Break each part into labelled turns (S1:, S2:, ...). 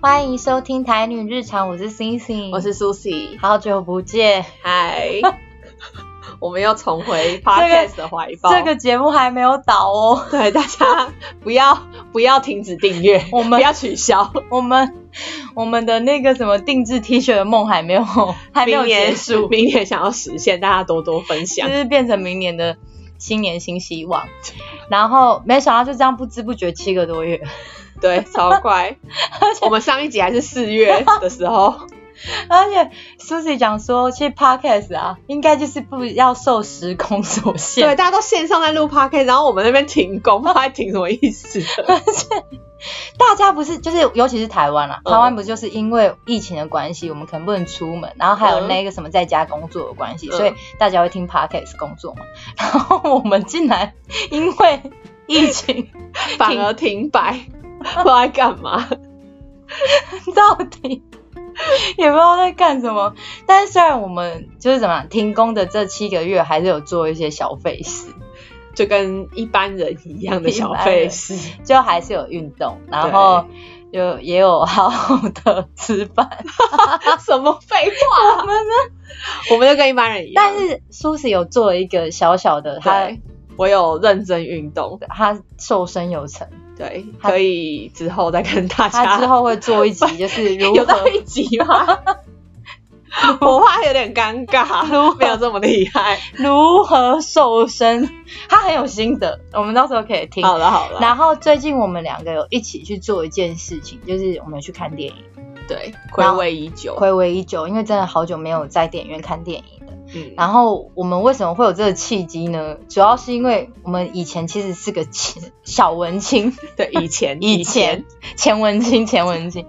S1: 欢迎收听《台女日常》，我是星星，
S2: 我是 Susie，
S1: 好久不见。
S2: 嗨， 我们又重回 Podcast 的怀抱。
S1: 这个节目还没有倒哦，
S2: 对大 家不要不要停止订阅，
S1: 我们
S2: 不要取消，
S1: 我们我们的那个什么定制 T 恤的梦还没 有 还没有
S2: 明
S1: 结
S2: 年
S1: 束，
S2: 明年想要实现，大家多多分
S1: 就
S2: 享。
S1: 是变成明年的新年新希望。然后没想到就这样不知不觉七个多月，
S2: 对， 超怪。我们上一集还是四月的时 候，
S1: 而且 Susie 讲说，其实 Podcast 啊，应该就是不要受时空所
S2: 对，
S1: 限，
S2: 大家都线上在录 Podcast，然后我们那边停工，不知道在停什么意思。
S1: 大家不是就是尤其是台湾啊，
S2: 嗯
S1: 台湾不就是因为疫情的关系，我们可能不能出门，然后还有
S2: 嗯
S1: 那个什么在家工作的关系，
S2: 嗯
S1: 所以大家会听 Podcast 工作嘛。然后我们竟然因为疫情
S2: 反而停摆，不知道在干 嘛。
S1: 到底。也不知道在干什么，但是虽然我们就是怎么样停工的这七个月，还是有做一些小费事，
S2: 就跟一般人一样的小费事，
S1: 就还是有运动，然后就也有好好的吃 饭。
S2: 什么废话？我们呢？我们就跟一般人一样。
S1: 但是苏 u 有做了一个小小的，她
S2: 对，我有认真运动，
S1: 她瘦身有成，
S2: 对，
S1: 他
S2: 可以之后再跟大家。
S1: 她之后会做一集，就是如
S2: 有到
S1: 何
S2: 一集吗？ 我怕有点尴尬， 没有这么厉害。
S1: 如何瘦身，她很有心得，我们到时候可以听。
S2: 好了好了，
S1: 然后最近我们两个有一起去做一件事情，就是我们有去看电影，
S2: 对，暌违已久。
S1: 暌违已久，因为真的好久没有在电影院看电影了。
S2: 嗯，
S1: 然后我们为什么会有这个契机呢？主要是因为我们以前其实是个前小文青，
S2: 对，以前
S1: 以前 前文青，前文青。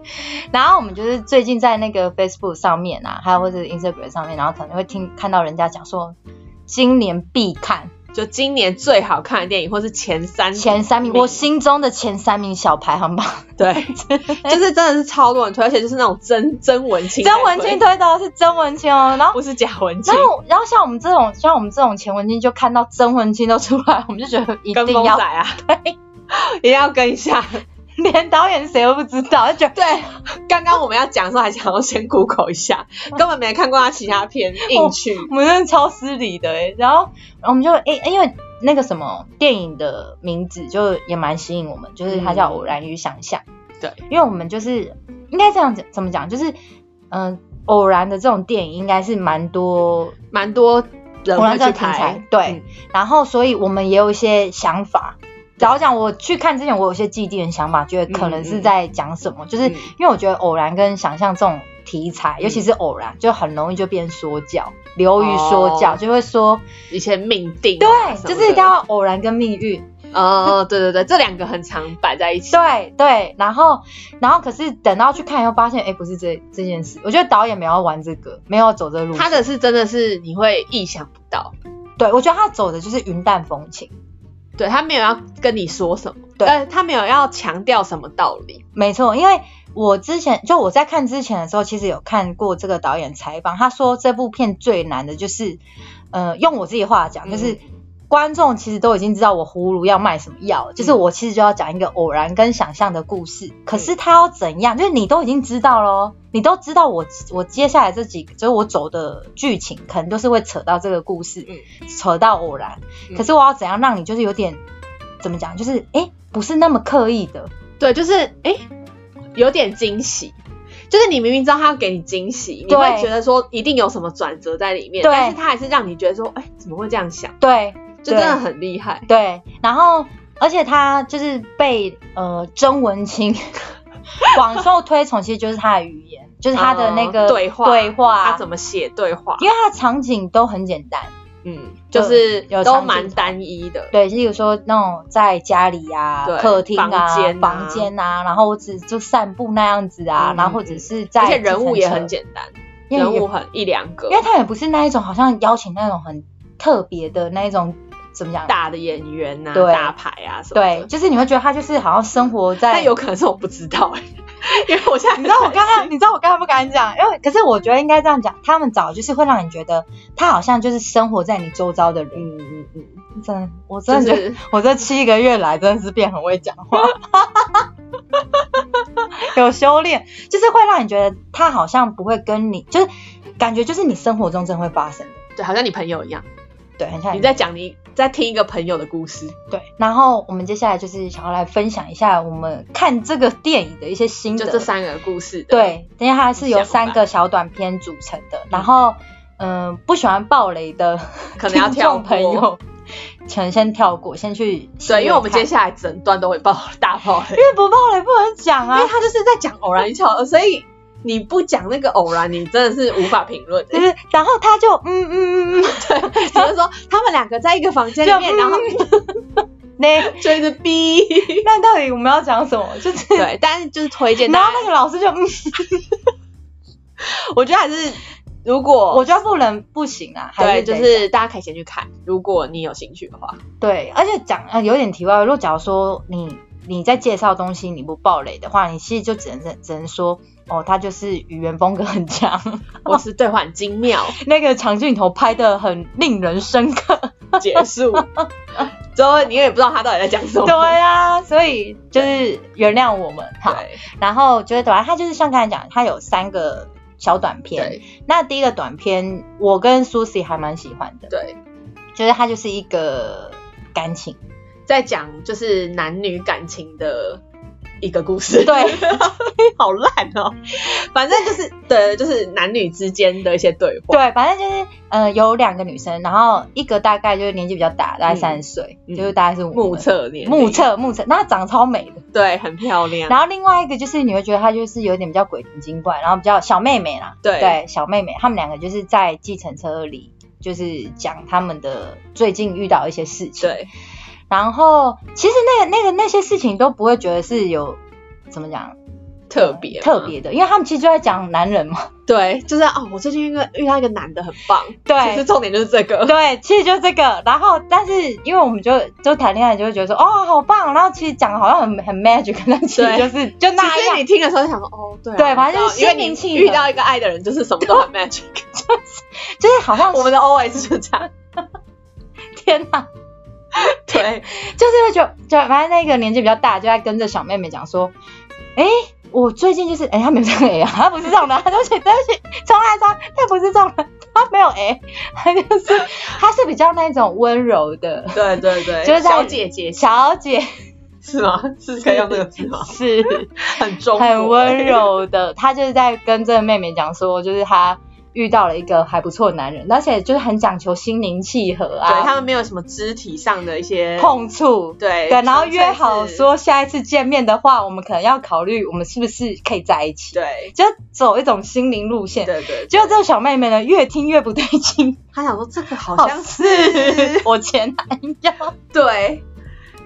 S1: 然后我们就是最近在那个 Facebook 上面啊，还有或者是 Instagram 上面，然后可能会听看到人家讲说，今年必看
S2: 就今年最好看的电影，或是前三
S1: 前三名，我心中的前三名小排 行榜。
S2: 对，就是真的是超多人推，而且就是那种真真文青在
S1: 曾
S2: 推，
S1: 文清推的是曾文清哦，然后。
S2: 不是假文青
S1: 然，后，然后像我们这种，像我们这种前文青，就看到曾文清都出来，我们就觉得一
S2: 跟
S1: 定
S2: 风
S1: 要
S2: 仔啊， 一定要跟一下。
S1: 连导演谁都不知道，就觉得
S2: 对，刚刚我们要讲的时候，还想要先 Google 一下，根本没看过他其他片，硬去。
S1: 我们真的超失礼的哎。然后我们就诶、因为那个什么电影的名字就也蛮吸引我们，就是它叫《偶然与想象》。
S2: 嗯对，
S1: 因为我们就是应该这样讲，怎么讲？就是嗯、偶然的这种电影应该是蛮多，
S2: 蛮多人
S1: 偶然
S2: 会
S1: 这
S2: 去
S1: 个题材
S2: 拍，。嗯
S1: 对，然后所以我们也有一些想法。老讲，我去看之前，我有一些既定的想法，觉得可能是在讲什么，就是
S2: 嗯
S1: 因为我觉得偶然跟想象这种题材，尤其是偶然，就很容易就变说教，流于说教，
S2: 哦
S1: 就会说，
S2: 以前命定啊、
S1: 对，就是一定
S2: 叫
S1: 要偶然跟命运，
S2: 哦，对对对，这两个很常摆在一起。
S1: 对对，然后然后可是等到去看以后发现，哎，不是这这件事，我觉得导演没有要玩这个，没有要走这个路线，
S2: 他的是真的是你会意想不到，
S1: 对我觉得他走的就是云淡风轻，
S2: 对他没有要跟你说什么，
S1: 对
S2: 呃，他没有要强调什么道理，
S1: 没错，因为我之前就我在看之前的时候，其实有看过这个导演采访，他说这部片最难的就是，呃，用我自己的话讲，
S2: 嗯
S1: 就是。观众其实都已经知道我葫芦要卖什么药了，就是
S2: 嗯
S1: 我其实就要讲一个偶然跟想象的故事。可是他要怎样，就是你都已经知道咯，你都知道我我接下来这几个，就是我走的剧情，可能都是会扯到这个故事，扯到偶然。
S2: 嗯
S1: 可是我要怎样让你就是有点怎么讲，就是诶不是那么刻意的，
S2: 对，就是哎，诶有点惊喜。就是你明明知道他要给你惊喜，你会
S1: 对
S2: 觉得说一定有什么转折在里面，
S1: 对
S2: 但是他还是让你觉得说，哎、怎么会这样想？
S1: 对，
S2: 就真的很厉害。
S1: 对，然后而且他就是被呃曾文清 广受推崇，其实就是他的语言，就是他的那个
S2: 嗯对话
S1: 对话，
S2: 他怎么写对话？
S1: 因为他的场景都很简单，
S2: 嗯，就是
S1: 有
S2: 都
S1: 场景
S2: 蛮单一的。
S1: 对，例如说那种在家里啊、
S2: 对
S1: 客厅啊、
S2: 房间啊
S1: 房间啊，然后我只就散步那样子啊，
S2: 嗯
S1: 然后或者是在
S2: 而且人物也
S1: 计程
S2: 很
S1: 车，
S2: 简单，
S1: 因为
S2: 人
S1: 也
S2: 物很一两个
S1: 因，为他也不是那一种好像邀请那种很特别的那一种怎么讲，
S2: 大的演员呐、
S1: 对
S2: 大牌啊什么
S1: 对，
S2: 的。
S1: 就是你会觉得他就是好像生活在
S2: 但有可能是我不知道、欸， 因为我现在
S1: 你知啊道我刚刚，你知道我刚刚不敢讲，因为可是我觉得应该这样讲，他们找就是会让你觉得他好像就是生活在你周遭的人。
S2: 嗯嗯嗯，
S1: 真的，我真
S2: 就
S1: 的觉得、
S2: 是
S1: 我这七个月来真的是变很会讲话。 有修炼，就是会让你觉得他好像不会跟你，就是感觉就是你生活中真的会发生的，
S2: 对，好像你朋友一样，
S1: 对，很像
S2: 你在讲你在听一个朋友的故事。
S1: 对。然后我们接下来就是想要来分享一下我们看这个电影的一些心
S2: 就
S1: 得，
S2: 这三个故事的，
S1: 对，因为它是由三个小短片组成的，然后嗯、不喜欢暴雷的
S2: 可能要
S1: 听
S2: 跳
S1: 众
S2: 过
S1: 朋友，请先跳过，先去
S2: 对，因为我们接
S1: 因
S2: 下来整段都会爆 大爆雷，
S1: 为不暴雷不能讲
S2: 因
S1: 啊
S2: 为，他就是在讲偶然巧合，所以你不讲那个偶然，你真的是无法评 论、
S1: 就是然后他就嗯嗯嗯嗯，
S2: 只能说他们两个在一个房间里面，
S1: 就
S2: 然后
S1: 那
S2: 嗯 就一直逼。
S1: 嗯那到底我们要讲什么？就是
S2: 对，但是就是推荐
S1: 然后
S2: 大家，
S1: 那个老师就嗯，
S2: 我觉得还是如果
S1: 我觉得不能不行啊，还
S2: 哦对，
S1: 是
S2: 就
S1: 得
S2: 是大家可以先去看，如果你有兴趣的 话。
S1: 对，而且讲呃有点题外，如果假如说你你在介绍东西你不暴雷的话，你其实就只能是只能说哦，他就是语言风格很强，
S2: 我是对话很精妙，
S1: 那个长镜头拍的很令人深 刻。
S2: 结束之后你也不知道他到底在讲什么。
S1: 对啊，所以就是原谅我们
S2: 对
S1: 好。然后就是短，它就是像刚才讲，它有三个小短片。
S2: 对
S1: 那第一个短片，我跟 Susie 还蛮喜欢的，
S2: 对，
S1: 就是它就是一个感情。
S2: 在讲就是男女感情的一个故事。
S1: 对，
S2: 好烂哦。反正就是对，就是男女之间的一些对话。
S1: 对，反正就是呃有两个女生，然后一个大概就是年纪比较大，大概三十岁，
S2: 嗯
S1: 就是大概是我们
S2: 目测年龄
S1: 目测目测，那她长得超美的。
S2: 对，很漂亮。
S1: 然后另外一个就是你会觉得她就是有点比较鬼灵精怪，然后比较小妹妹啦，
S2: 对
S1: 小妹妹，她们两个就是在计程车里。就是讲他们的最近遇到一些事情，。
S2: 对，
S1: 然后其实那个那个那些事情都不会觉得是有怎么讲
S2: 特别
S1: 特
S2: 嘛。
S1: 别的，因为他们其实就在讲男人嘛。
S2: 对，就是哦，我最近遇到遇到一个男的很棒。
S1: 对
S2: 其实重点就是这个。
S1: 对， 其实就这个。然后，但是因为我们就就谈恋爱，就会觉得说，哦，好棒。然后其实讲得好像很很 magic，但其实
S2: 对
S1: 就是就
S2: 其
S1: 那
S2: 实你
S1: 样。
S2: 听的时候就想说，哦，对啊、
S1: 对反正就是
S2: 因为
S1: 心平气
S2: 你
S1: 和
S2: 遇到一个爱的人，就是什么都 很 magic。
S1: 就是好像
S2: 我们的 always 就这样。
S1: 天哪，
S2: 对，
S1: 就是会觉得，就反正那个年纪比较大，就在跟着小妹妹讲说，哎，我最近就是，哎，她没有这个 A 啊，她不是这种的，对不起，对不起，重来重来，她不是这种的，她没有 A，她就是她是比较那种温柔的
S2: 对对对，
S1: 就是在
S2: 小姐姐
S1: 小姐，
S2: 是吗？是可以用这个字吗？
S1: 是。
S2: 很中国
S1: 很温。柔的，他就是在跟这个妹妹讲说，就是他遇到了一个还不错的男人，而且就是很讲求心灵契合
S2: 对他
S1: 啊，
S2: 们没有什么肢体上的一些，
S1: 碰触。
S2: 对
S1: 对，然后约好，
S2: 纯粹
S1: 说下一次见面的话，我们可能要考虑我们是不是可以在一
S2: 是
S1: 起，
S2: 对
S1: 就走一种心灵路线。
S2: 对对，
S1: 结果这个小妹妹呢，越听越不对劲，
S2: 他想说这个好
S1: 好
S2: 像是
S1: 我前 男友。
S2: 对，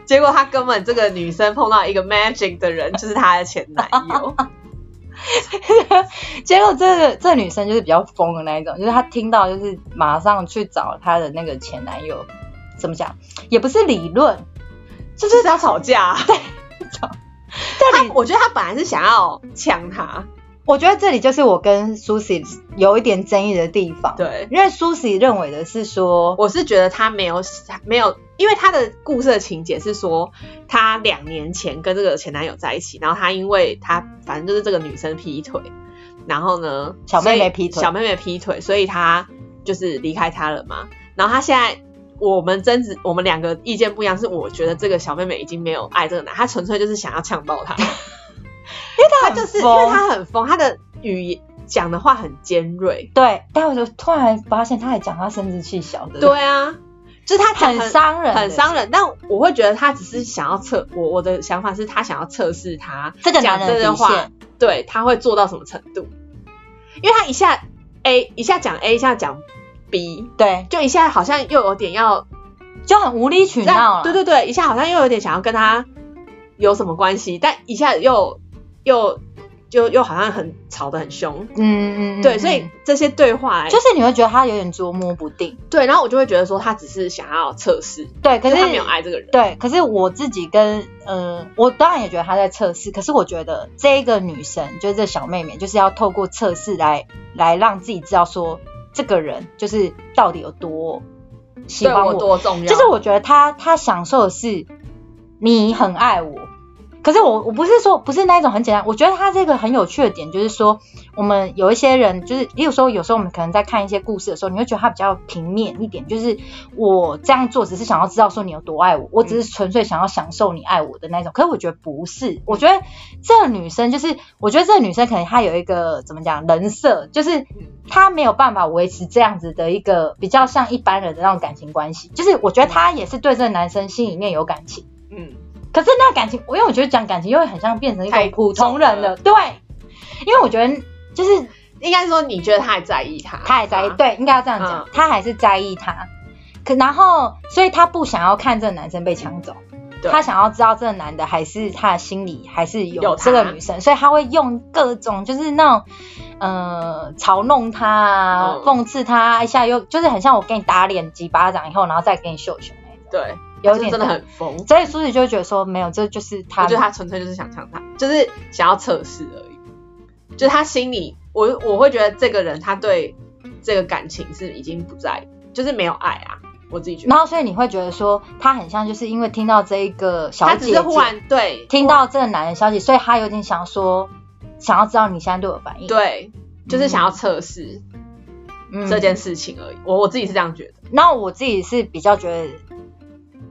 S2: 结果他根本这个女生碰到一个 magic 的人，就是她的前男友，
S1: 结果这个这女生就是比较疯的那一种，就是她听到就是马上去找她的那个前男友，怎么讲也不是理论，
S2: 就是要吵架。
S1: 这
S2: 他
S1: 里
S2: 我觉得他本来是想要抢他，
S1: 我觉得这里就是我跟 Susie 有一点争议的地方，，
S2: 对，
S1: 因为 Susie 认为的是说，
S2: 我是觉得他没有没有，因为他的故事的情节是说，他两年前跟这个前男友在一起，然后他因为他反正就是这个女生劈腿，然后呢，
S1: 小妹妹
S2: 所以
S1: 劈腿
S2: 小妹妹劈腿，所以他就是离开他了嘛。然后他现在我们争执，我们两个意见不一样，是我觉得这个小妹妹已经没有爱这个男，她纯粹就是想要呛爆 他，因为
S1: 她
S2: 他
S1: 很
S2: 就是因
S1: 疯
S2: 为他很疯，他的语言讲的话很尖锐，
S1: 对，但我就突然发现她还讲她生殖器小的，，
S2: 对啊，就是他讲
S1: 很伤人，
S2: 很。伤人，但我会觉得他只是想要测我我的想法是他想要测试他
S1: 这个男
S2: 讲
S1: 人的
S2: 这
S1: 底
S2: 段话
S1: 线，，
S2: 对他会做到什么程度，因为他一下 A 一下讲 A 一下讲 B，
S1: 对，
S2: 就一下好像又有点要
S1: 就很无理取闹
S2: 让
S1: 了，
S2: 对对对，一下好像又有点想要跟他有什么关系，但一下又又就又好像很吵得很凶，
S1: 嗯，嗯嗯，
S2: 对，
S1: 嗯
S2: 所以这些对话
S1: 就是你会觉得她有点捉摸不定，
S2: 对，然后我就会觉得说他只是想要测试，
S1: 对，可
S2: 可
S1: 是
S2: 是他没有爱这个人，
S1: 对，可是我自己跟呃，我当然也觉得她在测试，可是我觉得这个女生就是这小妹妹，就是要透过测试来来让自己知道说这个人就是到底有多喜
S2: 对
S1: 欢
S2: 我多重要，
S1: 就是我觉得她她享受的是你很爱我，可是我我不是说不是那一种很简单，我觉得它这个很有趣的点就是说，我们有一些人就是，例如说有时候我们可能在看一些故事的时候，你会觉得它比较平面一点，就是我这样做只是想要知道说你有多爱我，我只是纯粹想要享受你爱我的那种。可是我觉得不是，我觉得这女生就是，我觉得这女生可能她有一个怎么讲人设，就是她没有办法维持这样子的一个比较像一般人的那种感情关系，就是我觉得她也是对这个男生心里面有感情。
S2: 嗯，
S1: 可是那感情，我因为我觉得讲感情又会很像变成一
S2: 太
S1: 种普通人了，对，因为我觉得就是
S2: 应该说你觉得他还在意他，
S1: 他还在意，
S2: 啊，
S1: 对，应该要这样讲，
S2: 嗯
S1: 他还是在意他。可然后，所以他不想要看这个男生被抢走，
S2: 对
S1: 他想要知道这个男的还是他的心里还是有
S2: 有
S1: 这个
S2: 他
S1: 女生，所以他会用各种就是那种呃嘲弄他啊、
S2: 嗯
S1: 讽刺他一下又，就是很像我给你打脸几巴掌以后，然后再给你秀秀那种，
S2: 对，
S1: 有
S2: 就
S1: 点
S2: 真的
S1: 这样。
S2: 很疯。
S1: 所以苏子就会觉得说，没有，这就是
S2: 我
S1: 他
S2: 觉得他纯粹就是想抢他，就是想要测试而已。就是他心里，我我会觉得这个人他对这个感情是已经不在，就是没有爱啊。我自己觉得，
S1: 然后所以你会觉得说，她很像就是因为听到这一个小
S2: 他
S1: 姐
S2: 只
S1: 姐
S2: 是忽然对
S1: 听到这个男人消息，所以她有点想说，想要知道你现在对我反应。，
S2: 对，就是想要测试
S1: 嗯
S2: 这件事情而已。我我自己是这样觉得，
S1: 然后我自己是比较觉得，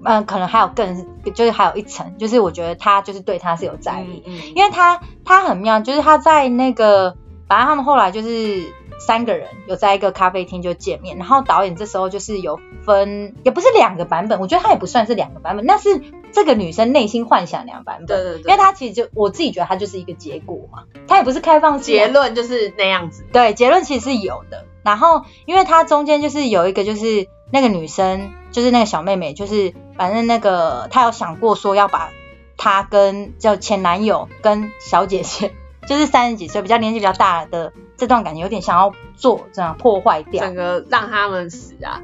S1: 嗯、可能还有更，就是还有一层，就是我觉得他就是对她是有在意，
S2: 嗯
S1: 因为他他很妙，就是他在那个，反正他们后来就是。三个人有在一个咖啡厅就见面，然后导演这时候就是有分，也不是两个版本，我觉得他也不算是两个版本，那是这个女生内心幻想两个版本。
S2: 对对
S1: 因为
S2: 对，
S1: 它其实就我自己觉得它就是一个结果嘛，它也不是开放式啊、
S2: 结论就是那样子。
S1: 对，结论其实是有的。然后因为它中间就是有一个就是那个女生，就是那个小妹妹，就是反正那个她有想过说要把她跟叫前男友跟小姐姐， 就是三十几岁比较年纪比较大的这段感情，有点想要做这样破坏掉
S2: 整。个让他们死啊！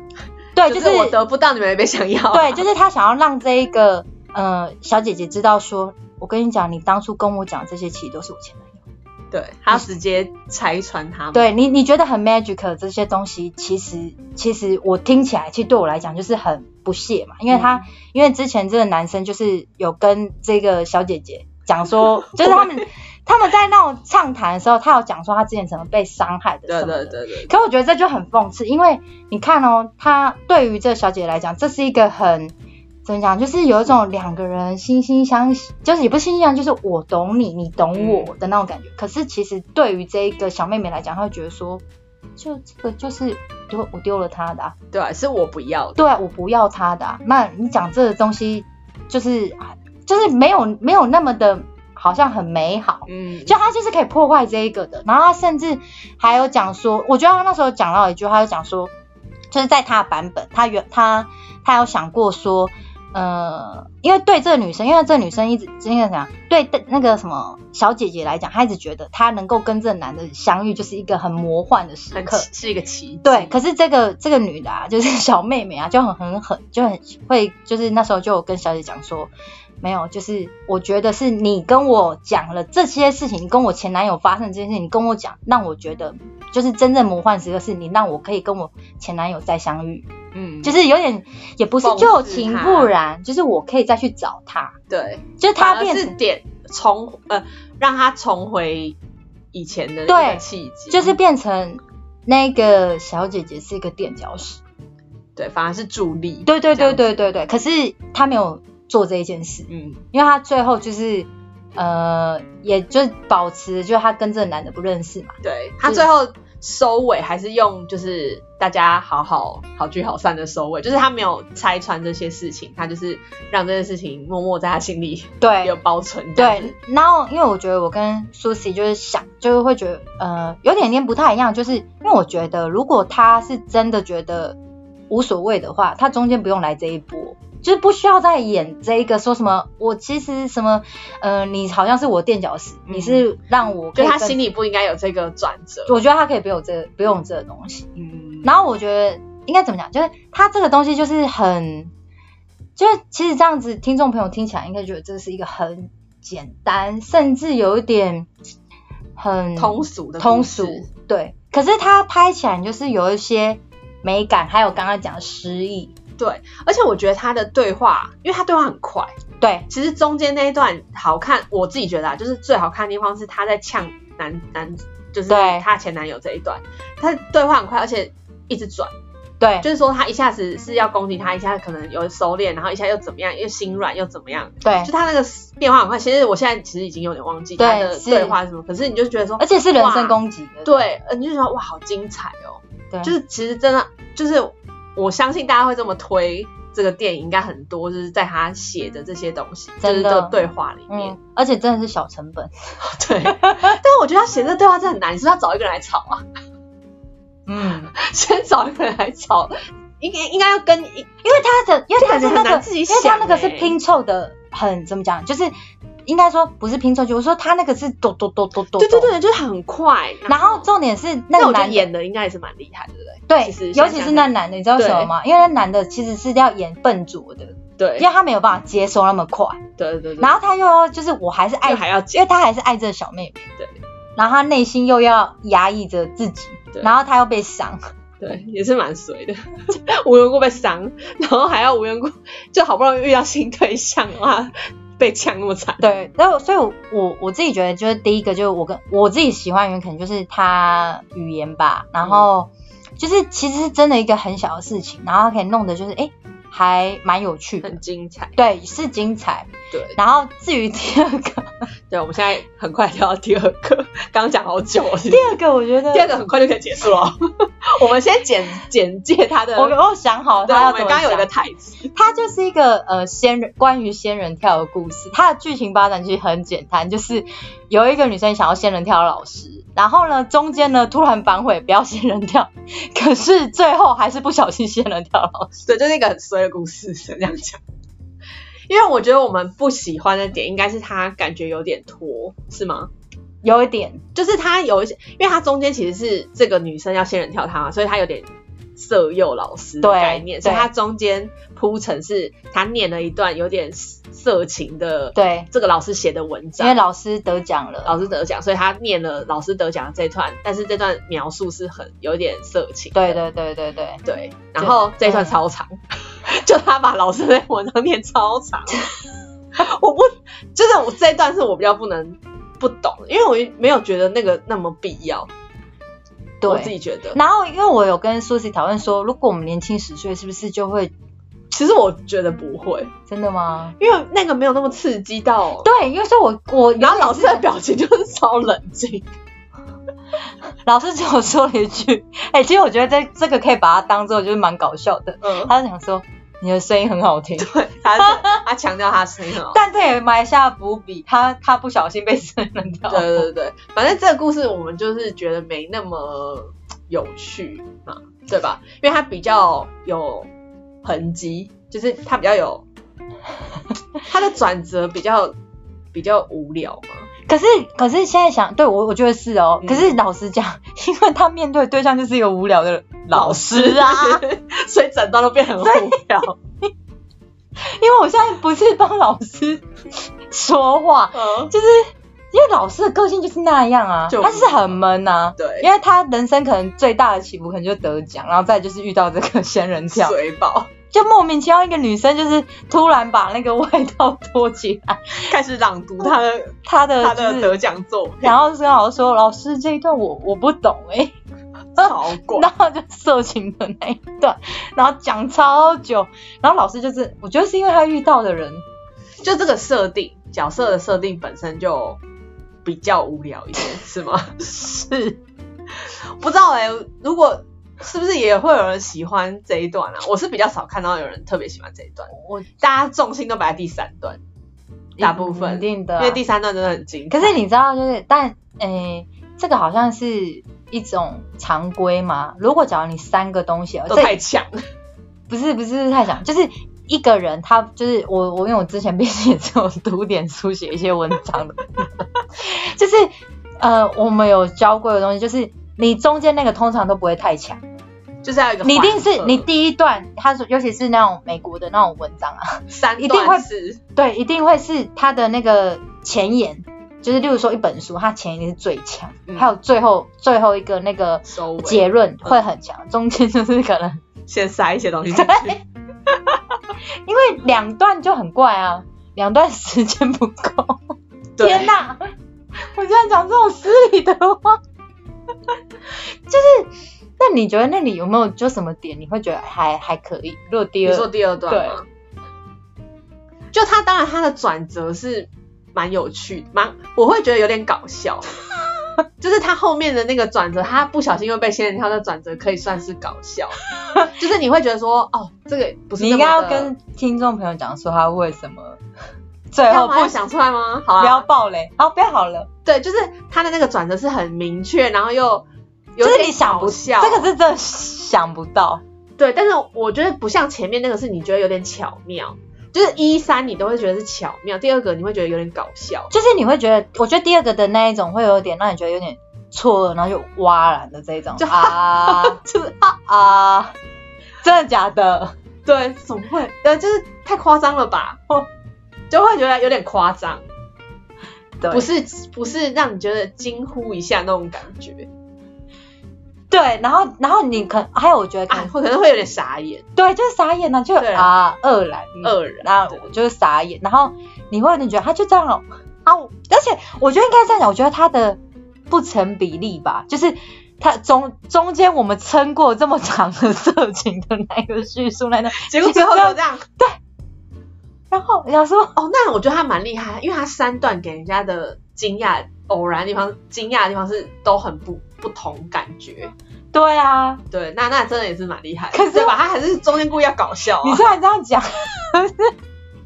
S1: 对，
S2: 就是我得不到你们也别想要啊、
S1: 对，就是他想要让这一个呃小姐姐知道说，我跟你讲，你当初跟我讲这些其实都是我前男友。
S2: 对，他要直接拆穿他们。
S1: 对你，你觉得很 magic 的这些东西，其实其实我听起来，其实对我来讲就是很不屑嘛，因为
S2: 嗯
S1: 他、因为之前这个男生就是有跟这个小姐姐讲 说，就是他们他们在那种畅谈的时候，他有讲说他之前怎么被伤害的
S2: 对
S1: 什么的。
S2: 对对对，
S1: 可我觉得这就很讽刺，因为你看哦，他对于这小姐姐来讲，这是一个很怎么讲，就是有一种两个人惺惺相惜，就是也不是惺惺相惜，就是我懂你，你懂我的那种感觉。可是其实对于这一个小妹妹来讲，她会觉得说，就这个就是丢我丢了她的、啊，
S2: 对啊，是我不要的。
S1: 对啊我不要她的、啊。那你讲这个东西，就是就是没有没有那么的，好像很美好。
S2: 嗯，
S1: 就他就是可以破坏这一个的。然后他甚至还有讲说，我觉得他那时候讲到一句，他就讲说，就是在他的版本，他原他他有想过说，呃，因为对这个女生，因为这个女生一直真的讲，对那个什么小姐姐来讲，她一直觉得她能够跟这个男的相遇，就是一个很魔幻的时
S2: 很
S1: 刻。
S2: 奇是一个奇迹
S1: 对，可是这个这个女的啊，就是 小妹妹啊，就很很狠，就很会，就是那时候就有跟小姐讲说，没有，就是我觉得是你跟我讲了这些事情，你跟我前男友发生这件事情，你跟我讲，让我觉得就是真正魔幻时刻是你让我可以跟我前男友再相遇，
S2: 嗯，
S1: 就是是有点也不是
S2: 讽刺
S1: 旧情
S2: 他
S1: 复燃，就是我可以再去找他，
S2: 对，
S1: 就是
S2: 反
S1: 他
S2: 而
S1: 变
S2: 是
S1: 成
S2: 点重呃，让他重回以前的那
S1: 对
S2: 个契机，
S1: 就是变成那个小姐姐是一个垫脚石。
S2: 对，反而是助力。
S1: 对对
S2: 这
S1: 对
S2: 样子
S1: 对对对，可是他没有做这一件事，
S2: 嗯，
S1: 因为他最后就是呃，也就保持就是他跟这个男的不认识嘛，
S2: 对他
S1: 是
S2: 最后收尾还是用就是大家好好好聚好散的收尾，就是他没有拆穿这些事情，他就是让这件事情默默在他心里
S1: 对
S2: 有保存。这样子
S1: 对，然后因为我觉得我跟苏西就是想，就是会觉得呃有点点不太一样，就是因为我觉得如果他是真的觉得无所谓的话，他中间不用来这一波，就是不需要再演这一个说什么我其实什么呃你好像是我垫脚石，
S2: 嗯
S1: 你是让我可
S2: 就
S1: 以
S2: 他
S1: 跟
S2: 心里不应该有这个转折。
S1: 我觉得他可以不用这不用这个东西。
S2: 嗯，
S1: 然后我觉得应该怎么讲，就是他这个东西就是很，就是其实这样子，听众朋友听起来应该觉得这是一个很简单，甚至有一点很
S2: 通俗的
S1: 通
S2: 故
S1: 俗
S2: 事，
S1: 对。可是他拍起来就是有一些美感，还有刚刚讲的诗意，
S2: 对，而且我觉得他的对话，因为他对话很快，
S1: 对，
S2: 其实中间那一段好看，我自己觉得啊，就是最好看的地方是他在呛男男，就是
S1: 对
S2: 他前男友这一段，他对话很快，而且一直转，
S1: 对，
S2: 就是说他一下子是要攻击他，一下子可能有收敛，然后一下又怎么样，又心软又怎么样，
S1: 对
S2: 就，他那个变化很快。其实我现在其实已经有点忘记
S1: 对
S2: 他的
S1: 是
S2: 对话是什么，可是你就觉得说
S1: 而，且是人身
S2: 哇
S1: 攻击的，
S2: 对，呃你就觉得哇，好精彩哦，
S1: 对，
S2: 就是其实真的就是我相信大家会这么推。这个电影应该很多，就是在他写的这些东西，就是
S1: 真的
S2: 这个对话里面，
S1: 嗯，而且真的是小成本，
S2: 对， 但是我觉得他写这对话真的很难，你是不是要找一个人来吵啊？
S1: 嗯，
S2: 先找一个人来吵，应该应该要跟一
S1: 因为他的，因为他是那
S2: 这感觉很难
S1: 个，
S2: 自己
S1: 因为他那个是
S2: 想欸
S1: 拼凑的，很怎么讲，就是应该说不是拼凑剧，我说他那个是抖抖抖抖抖，
S2: 对对对，就是很快。
S1: 然后重点是那
S2: 那
S1: 个
S2: 我觉得
S1: 男
S2: 演的应该也是蛮厉害的，对不
S1: 对
S2: 其实，想
S1: 尤其
S2: 想
S1: 是
S2: 看
S1: 那男的，你知道为什么
S2: 对
S1: 吗？因为那男的其实是要演笨拙的，
S2: 对？
S1: 因为他没有办法接受那么快，
S2: 对对对对。
S1: 然后他又要就是我还是
S2: 就
S1: 爱，
S2: 还要
S1: 因
S2: 剪，
S1: 为他还是爱这个小妹妹，
S2: 对，
S1: 然后他内心又要压抑着自己，
S2: 对
S1: 然后他又被伤，
S2: 对，也是蛮随的，无缘无故被伤，然后还要无缘无故，就好不容易遇到新对象啊，被呛那么惨。
S1: 对，然后所以我，我我自己觉得，就是第一个，就是我跟我自己喜欢的原因，可能就是他语言吧，
S2: 嗯
S1: 然后就是其实是真的一个很小的事情，然后他可以弄得就是哎、诶还蛮有趣的
S2: 很，精彩，
S1: 对，是精彩。
S2: 对
S1: 然后至于第二个，
S2: 对，我们现在很快跳到第二个，刚刚讲好久了，是
S1: 第
S2: 不是
S1: 二个我觉得
S2: 第二个很快就可以结束了 哦，我们先简简介他的，
S1: 我我有想好
S2: 对，
S1: 他
S2: 我
S1: 要
S2: 们
S1: 怎
S2: 刚
S1: 么
S2: 刚有一个
S1: 讲，
S2: 台词，
S1: 它就是一个呃仙人关于仙人跳的故事，它的剧情发展其实很简单，就是有一个女生想要仙人跳的老师，然后呢中间呢突然反悔不要仙人跳，可是最后还是不小心仙人跳了老师。
S2: 对，就是一个很衰的故事，这样讲。因为我觉得我们不喜欢的点应该是他感觉有点拖，是吗？
S1: 有一点
S2: 就是他有一些，因为他中间其实是这个女生要仙人跳他嘛，所以他有点色诱老师的
S1: 对
S2: 概念，
S1: 对
S2: 所以他中间铺陈是他念了一段有点色情的
S1: 对，
S2: 这个老师写的文
S1: 因为
S2: 章，
S1: 老师得奖了，
S2: 老师得奖，所以他念了老师得奖的这段，但是这段描述是很有点色情的，
S1: 对对对对对，
S2: 对，然后这一段超长，就他把老师的文章念超长， 我不就是我这一段是我比较不能不懂，因为我没有觉得那个那么必要，我自
S1: 对。
S2: 己觉得。
S1: 然后因为我有跟 Susie 讨论说，如果我们年轻十岁，是不是就会
S2: 其实我觉得不会，
S1: 真的吗？
S2: 因为那个没有那么刺激到。
S1: 对，因为说我我
S2: 然后老师的表情就是超冷静，
S1: 老师只有说了一句，哎、其实我觉得这这个可以把它当做就是蛮搞笑的。
S2: 嗯，
S1: 他就想说你的声音很好听，
S2: 对，啊他 他强调他声音很好。
S1: 但这也埋下伏笔，他他不小心被声人跳。
S2: 对对对对，反正这个故事我们就是觉得没那么有趣嘛，对吧？因为它比较有痕迹，就是它比较有 它的转折比较 比较无聊嘛。
S1: 可是可是现在想，对我我觉得是哦。
S2: 嗯
S1: 可是老实讲， 因为他面对的对象就是一个无聊的老师啊，
S2: 所以整段都 变很无聊。
S1: 因为我现在不是帮老师说话，
S2: 嗯，
S1: 就是因为老师的个性就是那样啊，
S2: 就
S1: 他就是很闷啊。
S2: 对，
S1: 因为他人生可能最大的起伏，可能就得奖，然后再就是遇到这个仙人跳，
S2: 水饱
S1: 就莫名其妙一个女生就是突然把那个外套脱起来，
S2: 开始朗读他的
S1: 她的、
S2: 他
S1: 嗯就是、
S2: 的得奖作品，
S1: 然后跟老师说：“老师，这一段我我不懂哎、 欸。
S2: 超 怪。
S1: 然后就色情的那一段，然后讲超久，然后老师就是，我觉得是因为他遇到的人，
S2: 就这个设定，角色的设定本身就比较无聊一点，是吗？ 是，不知道哎、如果是不是也会有人喜欢这一段啊？我是比较少看到有人特别喜欢这一段，
S1: 我
S2: 大家重心都摆在第三段，大部
S1: 一
S2: 分，
S1: 定的
S2: 因
S1: 啊、
S2: 为第三段真的很精彩。
S1: 可是你知道，就是但诶、这个好像是一种常规嘛。如果假如你三个东西，
S2: 都
S1: 这
S2: 太强，
S1: 不是不是太想，就是一个人他就是我我因为我之前毕竟也是有读点书写一些文章的， 就是呃我们有教过的东西，就是你中间那个通常都不会太强，
S2: 就是要有一个
S1: 你一定
S2: 缓
S1: 是
S2: 和
S1: 你第一段，他说尤其是那种美国的那种文章啊，
S2: 三
S1: 一定会
S2: 段是
S1: 对，一定会是他的那个前言。就是，例如说一本书，它前言是最强，
S2: 嗯
S1: 还有最后最后一个那个
S2: 收尾，
S1: 结论会很强，中间就是可能
S2: 先塞一些东西进去，
S1: 因为两段就很怪啊，两段时间不够。
S2: 对
S1: 天哪！我居然讲这种失礼的话， 就是那你觉得那里有没有就什么点你会觉得还还可以？如果第
S2: 你说
S1: 二
S2: 第二段吗？就他当然他的转折是蛮有趣的，蛮我会觉得有点搞 笑，就是他后面的那个转折，他不小心又被仙人跳的转折可以算是搞 笑，就是你会觉得说哦，这个不是
S1: 你
S2: 那
S1: 应
S2: 么
S1: 该
S2: 的
S1: 要跟听众朋友讲说他为什么最
S2: 要
S1: 后
S2: 吗？要
S1: 呃不
S2: 想出来吗？好
S1: 不要
S2: 啊，
S1: 爆雷，好不要好了，
S2: 对，就是他的那个转折是很明确，然后又有
S1: 就是
S2: 点
S1: 你想
S2: 搞
S1: 不
S2: 笑，
S1: 这个是真的想不到。
S2: 对，但是我觉得不像前面那个是你觉得有点巧妙，就是一三你都会觉得是巧妙，第二个你会觉得有点搞笑。
S1: 就是你会觉得，我觉得第二个的那一种会有点让你觉得有点错愕，然后就哇然的这一种
S2: 就
S1: 啊
S2: 就是
S1: 啊，真的假的？
S2: 对，怎么会？呃，就是太夸张了吧，哦就会觉得有点夸张，
S1: 对，
S2: 不是不是让你觉得惊呼一下那种感觉，
S1: 对，然后然后你可还有我觉得可
S2: 啊，
S1: 能、
S2: 会可能会有点傻眼，
S1: 对，就是傻眼了、就
S2: 对
S1: 啊愕然，
S2: 愕然
S1: 那
S2: 对
S1: 我就是傻眼，然后你会有点觉得他就这样了啊，我而且我觉得应该这样讲，我觉得他的不成比例吧，就是。他中中间我们撑过这么长的色情的那个叙述，那个
S2: 结果最后就这样。
S1: 然后人家说
S2: 哦，那我觉得他蛮厉害，因为他三段给人家的惊讶、偶然的地方、惊讶的地方是都很不不同感觉。
S1: 对啊，
S2: 对，那那真的也是蛮厉害的，
S1: 可是
S2: 对吧？他还是中间故意要搞 笑、
S1: 你
S2: 啊。
S1: 虽然这样讲， 可是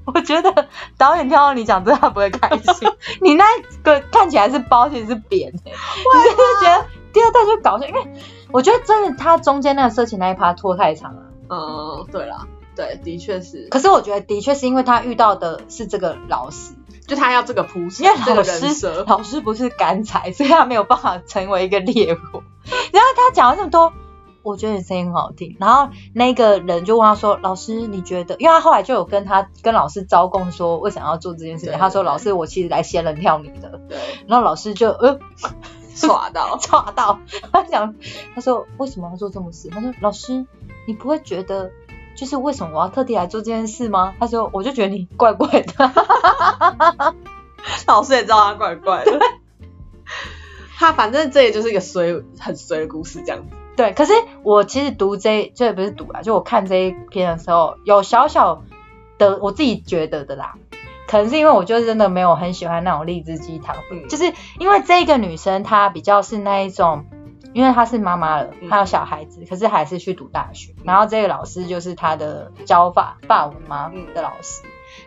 S1: 我觉得导演听到你讲这，他不会开心。你那个看起来是包，其实是扁的、你就是觉得第二段就搞笑，因为我觉得真的他中间那个色情那一趴拖太长了。
S2: 嗯，对啦，对，的确是，
S1: 可是我觉得的确是因为他遇到的是这个老师，
S2: 就他要这个铺陈
S1: 因为，
S2: 这个
S1: 老
S2: 人
S1: 师
S2: 设，
S1: 老师不是干柴，所以他没有办法成为一个猎物。然后他讲了这么多，我觉得你声音很好听。然后那个人就问他说：“老师，你觉得？”因为他后来就有跟他跟老师招供说为什么要做这件事情。
S2: 对
S1: 他说：“老师，我其实来仙人跳你的。
S2: 对，”
S1: 然后老师就呃
S2: 耍到，
S1: 抓到，他想他说为什么要做这种事？他说：“老师，你不会觉得？”就是为什么我要特地来做这件事吗？他说，我就觉得你怪怪的，
S2: 老师也知道他怪怪的。 他反正这也就是一个衰很衰的故事，这样子。
S1: 对，可是我其实读这这不是读啊啦，就我看这一篇的时候，有小小的我自己觉得的啦，可能是因为我就真的没有很喜欢那种励志鸡汤，
S2: 嗯
S1: 就是因为这个女生她比较是那一种，因为她是妈妈了，
S2: 嗯
S1: 她有小孩子，可是还是去读大学，然后这个老师就是她的教法法文妈
S2: 嗯
S1: 的老师，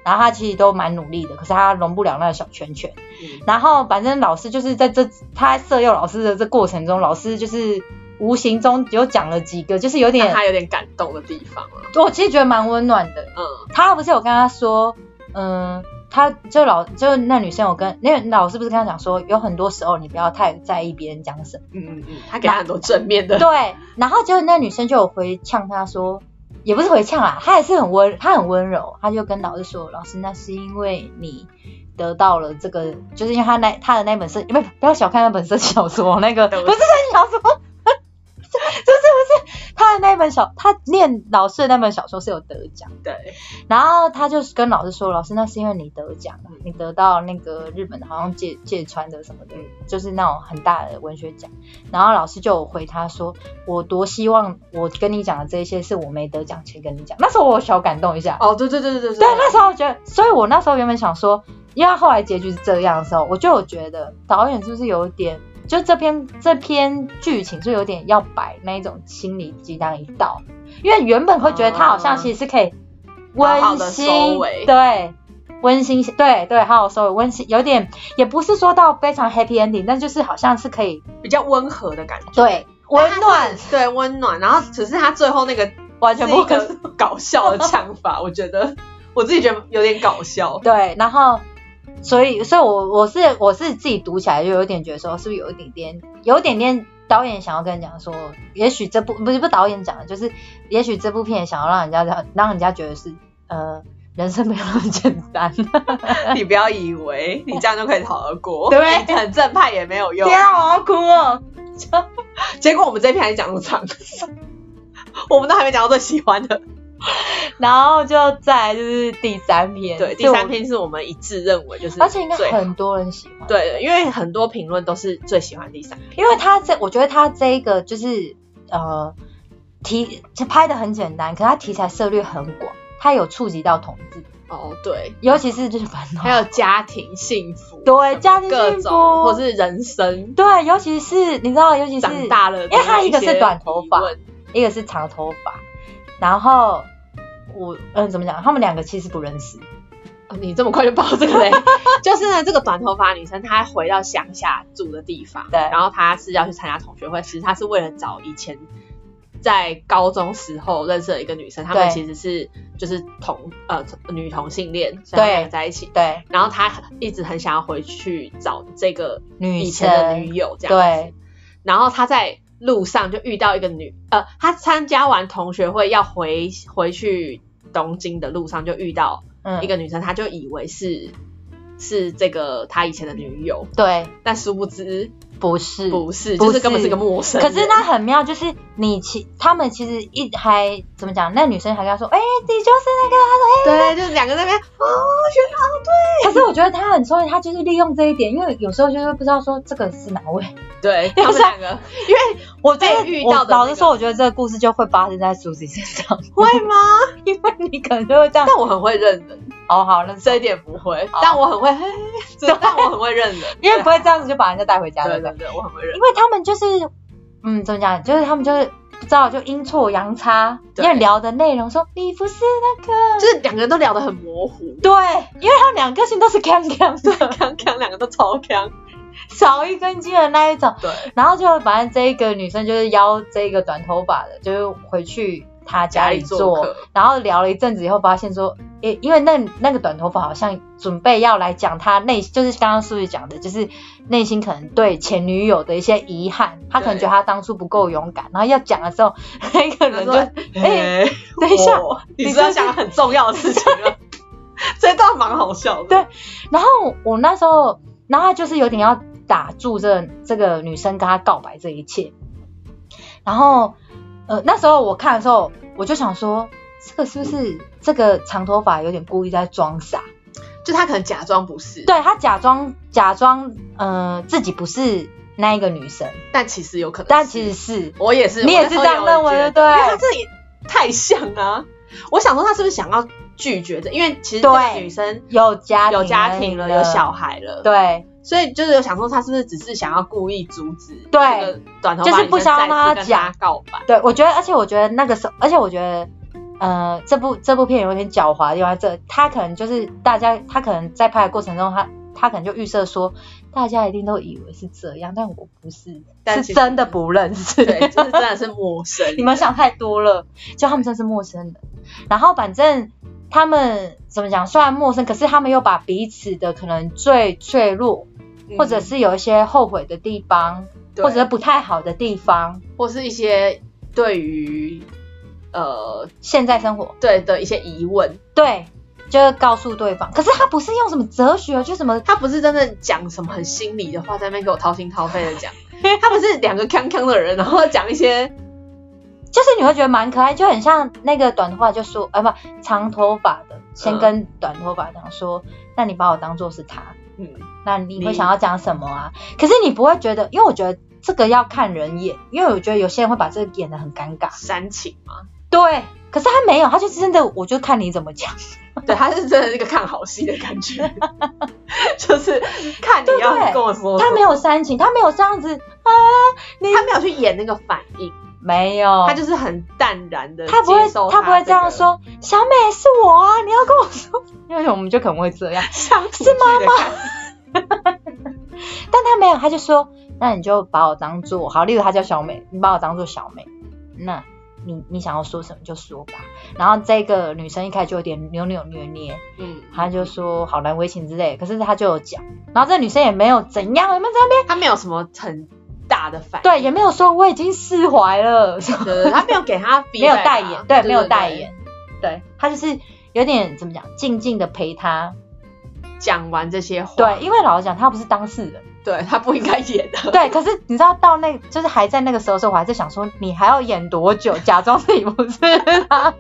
S1: 然后她其实都蛮努力的，可是她融不了那个小圈圈。
S2: 嗯，
S1: 然后反正老师就是在这他在色诱老师的这过程中，老师就是无形中有讲了几个，就是有
S2: 让
S1: 点，
S2: 他有点感动的地方啊。
S1: 我其实觉得蛮温暖的。
S2: 嗯，
S1: 他不是有跟他说，嗯，他就老就那女生有跟那老师不是跟他讲说，有很多时候你不要太在意别人讲什么。
S2: 嗯嗯嗯，他给他很多正面的，
S1: 对，然后结果那女生就有回呛他说，也不是回呛啦，她也是很温，她很温柔，她就跟老师说，老师那是因为你得到了这个，就是因为他那他的那本色，不不要小看那本色情小说，那个不
S2: 对
S1: 是色情小说。 就是不是他的那本小，他念老师的那本小说是有得奖，
S2: 对，
S1: 然后他就跟老师说，老师那是因为你得奖了
S2: 嗯，
S1: 你得到那个日本的好像芥芥川的什么的，就是那种很大的文学奖。然后老师就有回他说，我多希望我跟你讲的这些是我没得奖前跟你讲。那时候我小感动一下，
S2: 哦，对对对对对
S1: 对，那时候我觉得，所以我那时候原本想说，因为他后来结局是这样的时候，我就有觉得导演是不是有点，就这篇这篇剧情就有点要摆那一种心理鸡汤一道，因为原本会觉得他好像其实是可以温
S2: 啊好好地
S1: 馨，
S2: 收尾
S1: 对。温馨，对对，好好收尾，温馨有点，也不是说到非常 happy ending，但就是好像是可以
S2: 比较温和的感觉，
S1: 对温暖，，
S2: 对温暖。然后只是他最后那个
S1: 完全
S2: 是一
S1: 不
S2: 个搞笑的唱法，我觉得我自己觉得有点搞笑。
S1: 对，然后所以，所以我我是我是自己读起来就有点觉得说，是不是有一点点，有一点点导演想要跟你讲说，也许这部不是不是导演讲的，就是也许这部片想要让人家让人家觉得是呃人生没有那么简单。
S2: 你不要以为你这样就可以逃得 过，
S1: 对
S2: 你很正派也没 有用。
S1: 啊，我要哭哦！
S2: 结果我们这篇还是讲入场，我们都还没讲到最喜欢的，
S1: 然后就再来就是第三篇，
S2: 对，第
S1: 就
S2: 三，篇是我们一致认为就是最好，
S1: 而且应该很多人喜欢，，
S2: 对，因为很多评论都是最喜欢第三篇，
S1: 因为他这，我觉得他这一个就是呃题拍的很简单，可他题材涉略很广，他有触及到同志，
S2: 哦，对，
S1: 尤其是就是烦恼，
S2: 还有家庭幸福，
S1: 对家庭
S2: 各
S1: 幸
S2: 种
S1: 福
S2: 或是人生
S1: 对，尤其是你知道，尤其是
S2: 长大了的些疑
S1: 因
S2: 问，
S1: 为他一个是短头发一个是长头发，然后我嗯、呃怎么讲？他们两个其实不认识，
S2: 哦你这么快就爆这 个嘞？就是呢，这个短头发女生她回到乡下住的地方，
S1: 对
S2: 然后她是要去参加同学会，其实她是为了找以前在高中时候认识的一个女生，她们
S1: 对
S2: 其实是就是同呃女同性恋，所以她们
S1: 对
S2: 两个在一起。
S1: 对，
S2: 然后她一直很想要回去找这个
S1: 女
S2: 以前的
S1: 生
S2: 女友这样
S1: 对
S2: 子，然后她在路上就遇到一个女，呃，她参加完同学会要回回去东京的路上就遇到
S1: 嗯
S2: 一个女生，她就以为是是这个她以前的女友，
S1: 对
S2: 但殊不知
S1: 不是
S2: 不是，
S1: 不
S2: 就是是根本是个陌生
S1: 可
S2: 人。
S1: 是那很妙，就是你其他们其实一还怎么讲？那女生还跟他说：“哎、你就是那个。”他说：“哎、
S2: 对，就是两个在那边哦，
S1: 可
S2: 原来哦
S1: 是我觉得他很聪明，他就是利用这一点，因为有时候就是不知道说这个是哪位。
S2: 对，
S1: 因为
S2: 他们两个，因为
S1: 我觉得
S2: 被遇到的那个
S1: 啊我老实说，我觉得这个故事就会发生在 Susie 身上，
S2: 会吗？
S1: 因为你可能就会这样。
S2: 但我很会认人，
S1: 哦，好，那
S2: 这
S1: 这
S2: 一点不会，但我很会，嘿
S1: 对
S2: 但我很会认人，
S1: 因为不会这样子就把人家带回家，对
S2: 对
S1: 不对
S2: 对？对，我很会认
S1: 因。为他们就是，嗯，怎么讲？就是他们就是不知道，就阴错阳差，因
S2: 对
S1: 为聊的内容说你不是那个，
S2: 就是两个人都聊得很模 糊，
S1: 对，因为他们两个性都是康康 的，
S2: 刚刚两个都超强，
S1: 少一根筋的那一种。
S2: 对，
S1: 然后就反正这一个女生就是邀这个短头发的，就是回去她家里
S2: 家里做
S1: 做，
S2: 客
S1: 然后聊了一阵子以后，发现说，诶，因为那那个短头发好像准备要来讲她内，就是刚刚苏雨讲的，就是内心可能对前女友的一些遗憾，她可能
S2: 对
S1: 觉得她当初不够勇敢，然后要讲的时候， 那个人就
S2: 他说
S1: 哎等一下，
S2: 我
S1: 你
S2: 你是要
S1: 是不是
S2: 讲很重要的事情了， 这段蛮好笑的。
S1: 对然后我那时候，然后他就是有点要打住这这个女生跟他告白这一切。然后，呃，那时候我看的时候，我就想说，这个是不是这个长头发有点故意在装傻？
S2: 就他可能假装不是，
S1: 对他假装假装，呃，自己不是那一个女生，
S2: 但其实有可能是。
S1: 但其实是
S2: 我也是，
S1: 你也是
S2: 我那时候
S1: 这样认为
S2: 也觉得
S1: 对不对
S2: 因为他这也太像啊！我想说他是不是想要拒绝这？因为其实这个
S1: 对
S2: 女生
S1: 有家庭
S2: 有家庭了，有小孩了，，
S1: 对，
S2: 所以就是有想说他是不是只是想要故意阻止
S1: 对
S2: 这个短头发
S1: 就是不想让
S2: 女生再
S1: 他
S2: 次跟
S1: 讲
S2: 他告白，
S1: 对，我觉得，而且我觉得那个时候，而且我觉得，呃，这部这部片有点狡猾的地方在这，他可能就是大家，他可能在拍的过程中，他他可能就预设说，大家一定都以为是这样，但我不是，
S2: 但
S1: 是
S2: 其实
S1: 真的不认识。。
S2: 对，就是真的是陌生
S1: 你们想太多了，就他们真是陌生人。然后反正他们怎么讲，虽然陌生，可是他们又把彼此的可能最脆弱，
S2: 嗯
S1: 或者是有一些后悔的地方，
S2: 对
S1: 或者是不太好的地方，
S2: 或是一些对于呃
S1: 现在生活。
S2: 对的一些疑问，
S1: 对，就是告诉对方。可是他不是用什么哲学，就什么
S2: 他不是真的讲什么很心理的话，在那边给我掏心掏肺的 讲，他不是两个康康的人，然后讲一些
S1: 就是你会觉得蛮可爱，就很像那个短头发就说，呃，不，长头发的先跟短头发讲说，那你把我当做是他，
S2: 嗯，
S1: 那你会
S2: 你
S1: 想要讲什么啊？可是你不会觉得，因为我觉得这个要看人演，因为我觉得有些人会把这个演得很尴尬。
S2: 煽情嘛。
S1: 对，可是他没有，他就真的，我就看你怎么讲。
S2: 对，他是真的是一个看好戏的感觉， 就是看你要跟我说什么
S1: 他没有煽情，他没有这样子啊，你
S2: 他没有去演那个反应，
S1: 没有，
S2: 他就是很淡然的、
S1: 哦他不会，他不会这样，说。小美是我啊，你要跟我说，因为我们就可能会这样。
S2: 是妈妈。
S1: 但他没有，他就说，那你就把我当做好，例如他叫小美，你把我当做小美，那你你想要说什么就说吧。然后这个女生一开始就有点扭扭捏捏，
S2: 嗯，
S1: 她就说好难为情之类，可是她就有讲，然后这女生也没有怎样，有没有在那边？
S2: 嗯他没有什么很大的反应，
S1: 对，也没有说我已经释怀了， 什么
S2: 对对对他没有给他
S1: 没有
S2: feedback 啊
S1: 代言，对，没有代言，对，她就是有点怎么讲，静静的陪她。
S2: 讲完这些话，
S1: 对，因为老实讲，他不是当事人，
S2: 对他不应该演的。
S1: 对，可是你知道到那，就是还在那个时候的时候，我还在想说，你还要演多久，假装自己不是他？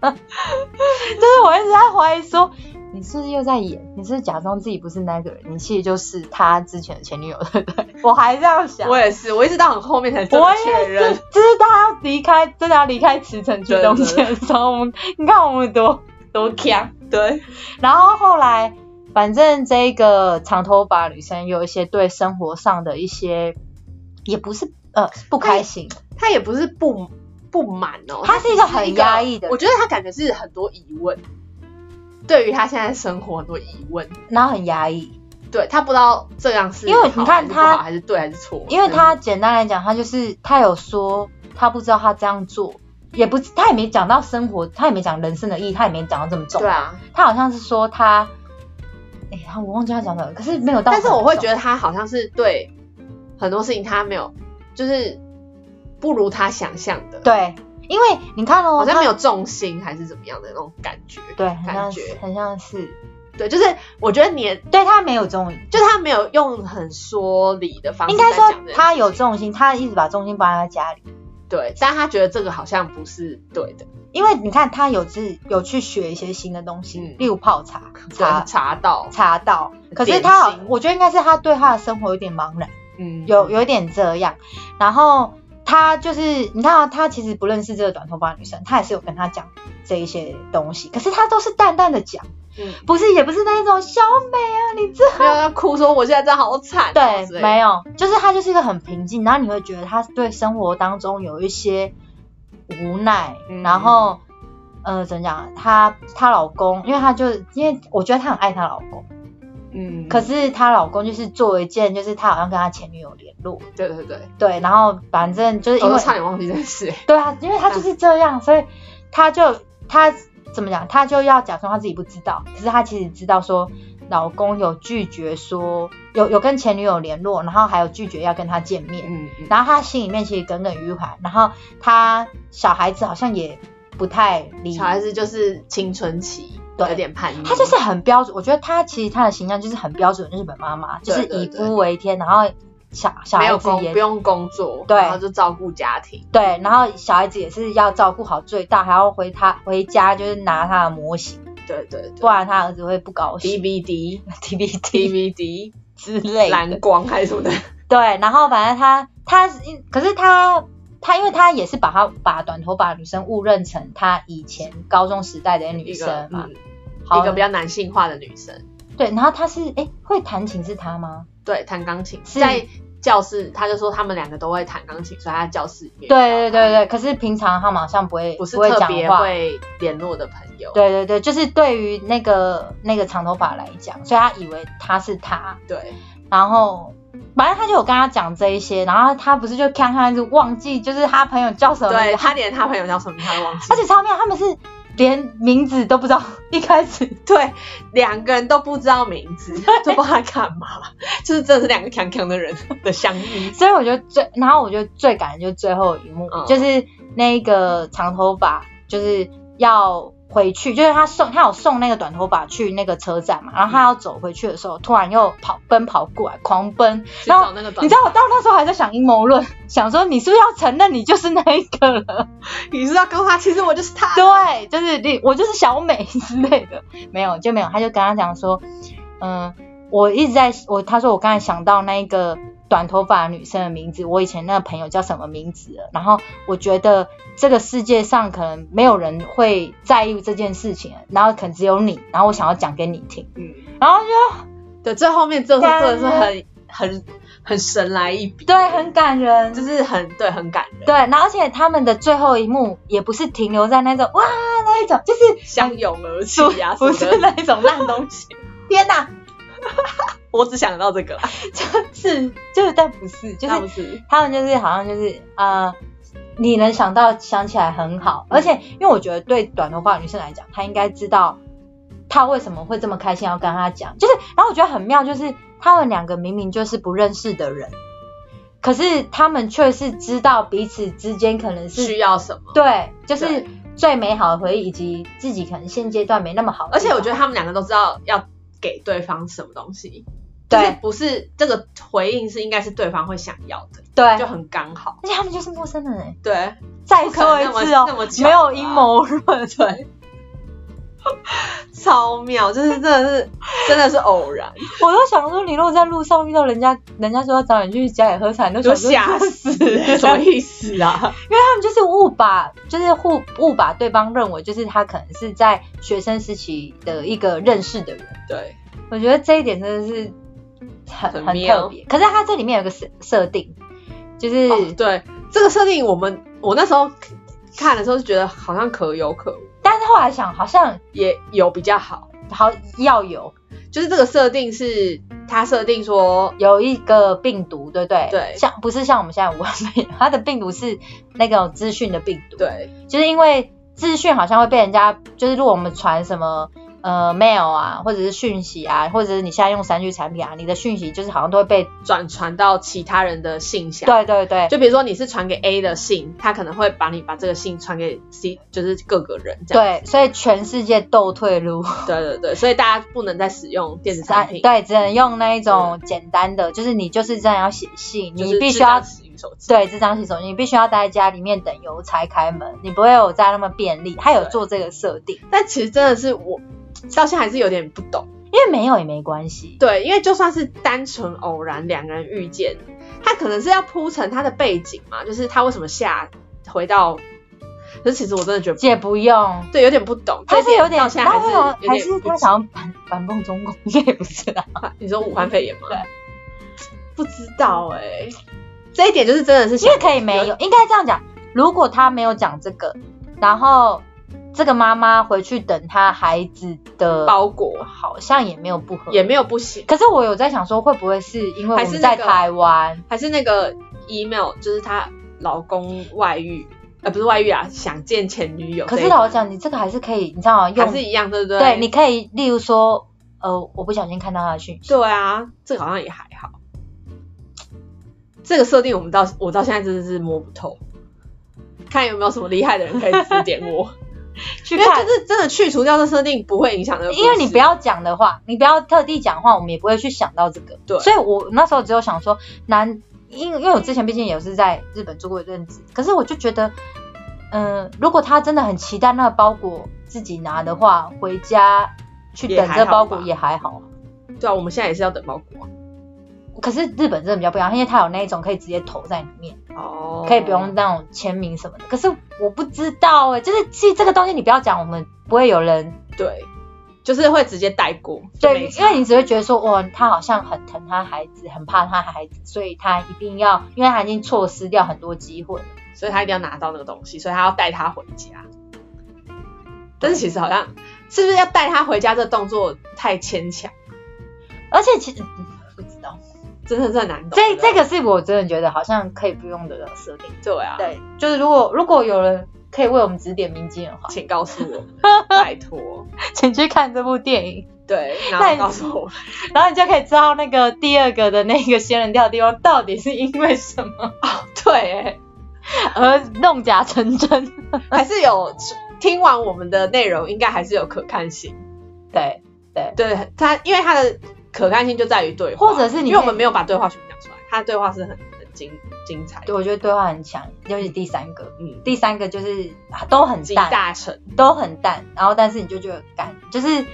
S1: 就是我一直在怀疑说，你是不是又在演？你是不是假装自己不是那个人？你其实就是他之前的前女友，对不对？我还这样想。
S2: 我也是，我一直到很后面才真的
S1: 啊我
S2: 确
S1: 也是
S2: 认。，
S1: 就是他要离开，真的要离开池城去东京的时候，我们你看我们多多强。
S2: 对，
S1: 然后后来，反正这个长头发女生有一些对生活上的一些，也不是呃不开心，
S2: 他也不是不不满哦，
S1: 她是一个很压抑的
S2: 我，觉得他感觉是很多疑问，对于他现在生活很多疑问，
S1: 然后很压抑，
S2: 对他不知道这样是
S1: 因为
S2: 好
S1: 你看
S2: 还是不
S1: 他
S2: 好还是对还是错，
S1: 因为她简单来讲，她就是她有说她不知道她这样做。也不，她也没讲到生活，她也没讲人生的意义，她也没讲到这么重。
S2: 对啊，
S1: 她好像是说她，哎、她我忘记她讲什么，可是没有到。
S2: 但是我会觉得他好像是对很多事情他没有，就是不如他想象的，，
S1: 对，因为你看哦，
S2: 好像
S1: 她
S2: 没有重心还是怎么样的那种感觉，
S1: 对，很
S2: 感
S1: 像是
S2: 觉，
S1: 很像是，
S2: 对，就是我觉得你也
S1: 对她没有中意。
S2: 就是他没有用很说理的方式
S1: 应
S2: 在
S1: 该
S2: 讲这件事情，
S1: 说他有重心，他一直把重心放在家里，
S2: 对，但他觉得这个好像不是对的，
S1: 因为你看他有自有去学一些新的东西，
S2: 嗯
S1: 例如泡茶、
S2: 查
S1: 茶
S2: 查到，
S1: 茶道。可是他
S2: 点
S1: 好
S2: 心，
S1: 我觉得应该是他对他的生活有点茫然，
S2: 嗯，
S1: 有有一点这样。然后他就是你看、啊，他其实不认识这个短头发女生，他也是有跟他讲这一些东西，可是他都是淡淡的讲，
S2: 嗯
S1: 不是也不是那一种小美啊，你这
S2: 没有要哭说我现在真的好惨、哦
S1: 对，没
S2: 有，
S1: 有，就是他就是一个很平静，然后你会觉得他对生活当中有一些无奈，
S2: 嗯
S1: 然后呃怎么讲，她她老公，因为她就因为我觉得她很爱她老公，
S2: 嗯，
S1: 可是她老公就是做一件，就是她好像跟她前女友联络，
S2: 对对对，
S1: 对，然后反正就是因
S2: 我都
S1: 为
S2: 哦差点忘记这件事，
S1: 对啊，因为她就是这样，所以她就她怎么讲，她就要假装她自己不知道，可是她其实知道说老公有拒绝说有有跟前女友联络，然后还有拒绝要跟她见面，
S2: 嗯嗯，
S1: 然后她心里面其实耿耿于怀，然后她小孩子好像也不太理
S2: 小孩子就是青春期，
S1: 对
S2: 有点叛逆，
S1: 她就是很标准，我觉得她其实她的形象就是很标准的日本妈妈，就是
S2: 对对
S1: 以
S2: 对
S1: 夫为天，然后小小
S2: 没
S1: 孩
S2: 有
S1: 子
S2: 工
S1: 也
S2: 不用工作，
S1: 对
S2: 然后就照顾家庭，
S1: 对，然后小孩子也是要照顾好最大，还要回他回家就是拿他的模型，
S2: 对对
S1: 不
S2: 对
S1: 然他儿子会不高兴。
S2: ，DVD
S1: T B T
S2: DVD
S1: 之类的，
S2: 蓝光还是什么的，
S1: 对，然后反正他他可是他他因为他也是把他把短头发的女生误认成他以前高中时代的女
S2: 一个
S1: 生嘛
S2: 嗯，
S1: 好
S2: 一个比较男性化的女生，
S1: 对，然后他是哎会弹琴是他吗？
S2: 对，弹钢琴
S1: 是
S2: 在。教室，他就说他们两个都会弹钢琴，所以他在教室里面遇到他。
S1: 对对对对，可是平常他们好像不会
S2: 啊不是
S1: 会
S2: 特
S1: 讲
S2: 别
S1: 话。
S2: 会联络的朋友。
S1: 对对对，就是对于那个那个长头发来讲，所以他以为他是他，
S2: 对
S1: 然后反正他就有跟他讲这一些，然后他不是就看看就忘记，就是他朋友叫什么名字，
S2: 对，他连他朋友叫什么他都忘记，
S1: 而且超妙，他们是连名字都不知道， 一开始
S2: 对两个人都不知道名字，都不知道他干嘛，就是真的是两个强强的人的相遇。
S1: 所以我觉得最，然后我觉得最感人就是最后一幕，
S2: 嗯
S1: 就是那个长头发就是要回去，就是他送他有送那个短头发去那个车站
S2: 嗯
S1: 嘛，然后他要走回去的时候，突然又跑奔跑过来，狂奔，
S2: 去
S1: 然后
S2: 找那个短
S1: 你知道我到那时候还在想阴谋论，想说你是不是要承认你就是那一个了？
S2: 你知道告诉他，其实我就是 他。
S1: 对，就是你，我就是小美之类的，没有就没有，他就跟他讲说，嗯，我一直在我，他说我刚才想到那个短头发的女生的名字，我以前那个朋友叫什么名字了，然后我觉得这个世界上可能没有人会在意这件事情了，然后可能只有你，然后我想要讲给你听，
S2: 嗯，
S1: 然后就
S2: 对，最后面这真的是很很很神来一笔，
S1: 对，很感人，
S2: 就是很对，很感人，
S1: 对，然后而且他们的最后一幕也不是停留在那种哇那一种，就是
S2: 相拥而泣呀、啊，
S1: 不是
S2: 什么的
S1: 那一种烂东西， 天哪！
S2: 我只想到这个啦，
S1: 就是就是，但不是， 就
S2: 那不
S1: 是
S2: 是，
S1: 他们就是好像就是呃，你能想到想起来很好，而且因为我觉得对短头发的女生来讲，她应该知道她为什么会这么开心要跟她讲，就是然后我觉得很妙，就是他们两个明明就是不认识的人，可是他们却是知道彼此之间可能
S2: 需
S1: 是
S2: 要什么？
S1: 对，就是
S2: 对
S1: 最美好的回忆，以及自己可能现阶段没那么好的地
S2: 而
S1: 方，
S2: 且我觉得他们两个都知道要给对方什么东西，就是
S1: 对
S2: 不是这个回应是应该是对方会想要的，
S1: 对，
S2: 就
S1: 而
S2: 很刚好。
S1: 且他们就是陌生人哎，
S2: 对，
S1: 再说一次
S2: 不可能那么那么
S1: 哦，
S2: 巧啊
S1: 没有阴谋论，
S2: 对，超妙，就是真的是真的是偶然，
S1: 我都想说，你如果在路上遇到人家，人家说要找你去家里喝茶，你都
S2: 就
S1: 想说
S2: 吓 死，什么意思啊？
S1: 他们就是误把，就是误误把对方认为就是他可能是在学生时期的一个认识的人。
S2: 对，
S1: 我觉得这一点真的是很
S2: 很
S1: 很
S2: 妙
S1: 特别。可是它这里面有个设设定，就是、
S2: 哦对，这个设定我们我那时候看的时候就觉得好像可有可无，
S1: 但是后来想好像
S2: 也有比较好，
S1: 好要有
S2: 就是这个设定是他设定说
S1: 有一个病毒，对不对？
S2: 对
S1: 像不是像我们现在武汉 肺炎，它的病毒是那种资讯的病毒，，
S2: 对
S1: 就是因为资讯好像会被人家，就是如果我们传什么。呃，mail 啊，或者是讯息啊，或者是你现在用三 G 产品啊，你的讯息就是好像都会被，
S2: 转传到其他人的信箱。
S1: 对对对，
S2: 就比如说你是传给 A 的信，他可能会把你把这个信传给 C，就是各个人这样。
S1: 对，所以全世界都退路。
S2: 对对对，所以大家不能再使用电子产品，嗯
S1: 对，只能用那一种简单的，就是你就是真的要写信，
S2: 就
S1: 你
S2: 是
S1: 必须
S2: 智
S1: 要
S2: 障使用手机。
S1: 对这张洗手机，你必须要待在家里面等邮差开门，你不会有在那么便利。他有
S2: 对
S1: 做这个设定，
S2: 但其实真的是我到现在还是有点不懂。
S1: 因为没有也没关系。
S2: 对，因为就算是单纯偶然两个人遇见，他可能是要铺陈他的背景嘛，就是他为什么下回到，可是其实我真的觉得
S1: 也不用，
S2: 对有点不懂，
S1: 他
S2: 这
S1: 是
S2: 一
S1: 有点，
S2: 到现在
S1: 他
S2: 还
S1: 会
S2: 是
S1: 有还
S2: 有点
S1: 是
S2: 不
S1: 他想要反反蹦中共，应该也不是 啊。
S2: 啊你说武汉肺炎吗？不知道哎、这一点就是真的是
S1: 因
S2: 想
S1: 为可以没有，应该这样讲。如果他没有讲这个，然后这个妈妈回去等她孩子的，
S2: 包裹，
S1: 好像也没有不合理
S2: 也没有不行，
S1: 可是我有在想说，会不会是因为
S2: 还
S1: 我
S2: 是
S1: 们
S2: 那
S1: 在
S2: 个
S1: 台湾？
S2: 还是那个 email，就是她老公外遇，呃，不是外遇啊，想见前女友这
S1: 可
S2: 一
S1: 是
S2: 种，
S1: 老实讲，你这个还是可以，你知道吗？用
S2: 还是一样，对不对？
S1: 对，你可以，例如说，呃，我不小心看到他的讯息，
S2: 对啊，这个好像也还好。这个设定我们到我到现在真的是摸不透，看有没有什么厉害的人可以指点 我，
S1: 去
S2: 因为
S1: 看
S2: 就。是真的去除掉这设定不会影响的，
S1: 因为你不要讲的话，你不要特地讲话，我们也不会去想到这个。
S2: 对
S1: 所以我那时候只有想说，男，因因为我之前毕竟也是在日本做过一阵子，可是我就觉得，嗯、如果他真的很期待那个包裹自己拿的话，回家去
S2: 也
S1: 等
S2: 还
S1: 这
S2: 好
S1: 包裹
S2: 吧
S1: 也还好啊。
S2: 对啊，我们现在也是要等包裹啊
S1: 可是日本真的比较不一样，因为它有那一种可以直接投在里面，
S2: 哦，
S1: 可以不用那种签名什么的。可是我不知道哎、就是其实这个东西你不要讲，我们不会有人
S2: 对，就是会直接带过，就
S1: 对，
S2: 没
S1: 因
S2: 差
S1: 为你只会觉得说哇，他好像很疼他孩子，很怕他孩子，所以他一定要，因为他已经错失掉很多机会了。
S2: 所以他一定要拿到那个东西，所以他要带他回家。但是其实好像是不是要带他回家这动作太牵强，
S1: 而且其实、嗯不知道，
S2: 真的是很难懂。
S1: 这这
S2: 个
S1: 个是我真的觉得好像可以不用的设定。
S2: 对啊，
S1: 对，就是如果如果有人可以为我们指点迷津的话，
S2: 请告诉我，拜托。
S1: 请去看这部电影。
S2: 对，然
S1: 那
S2: 后
S1: 你
S2: 告诉我
S1: 然后你就可以知道那个第二个的那个仙人跳的地方到底是因为什么
S2: 对、欸，
S1: 而弄假成真。
S2: 还是有听完我们的内容，应该还是有可看性。
S1: 对，
S2: 对他，因为他的可看性就在于对话，
S1: 或者是你
S2: 因为
S1: 可
S2: 我们
S1: 以
S2: 没有把对话全部讲出来，他的对话是很很精精彩
S1: 对
S2: 的。
S1: 我觉得对话很强，尤其第三个，
S2: 嗯，
S1: 第三个就是啊都很
S2: 集
S1: 淡，
S2: 大成，
S1: 都很淡，然后但是你就觉得感就是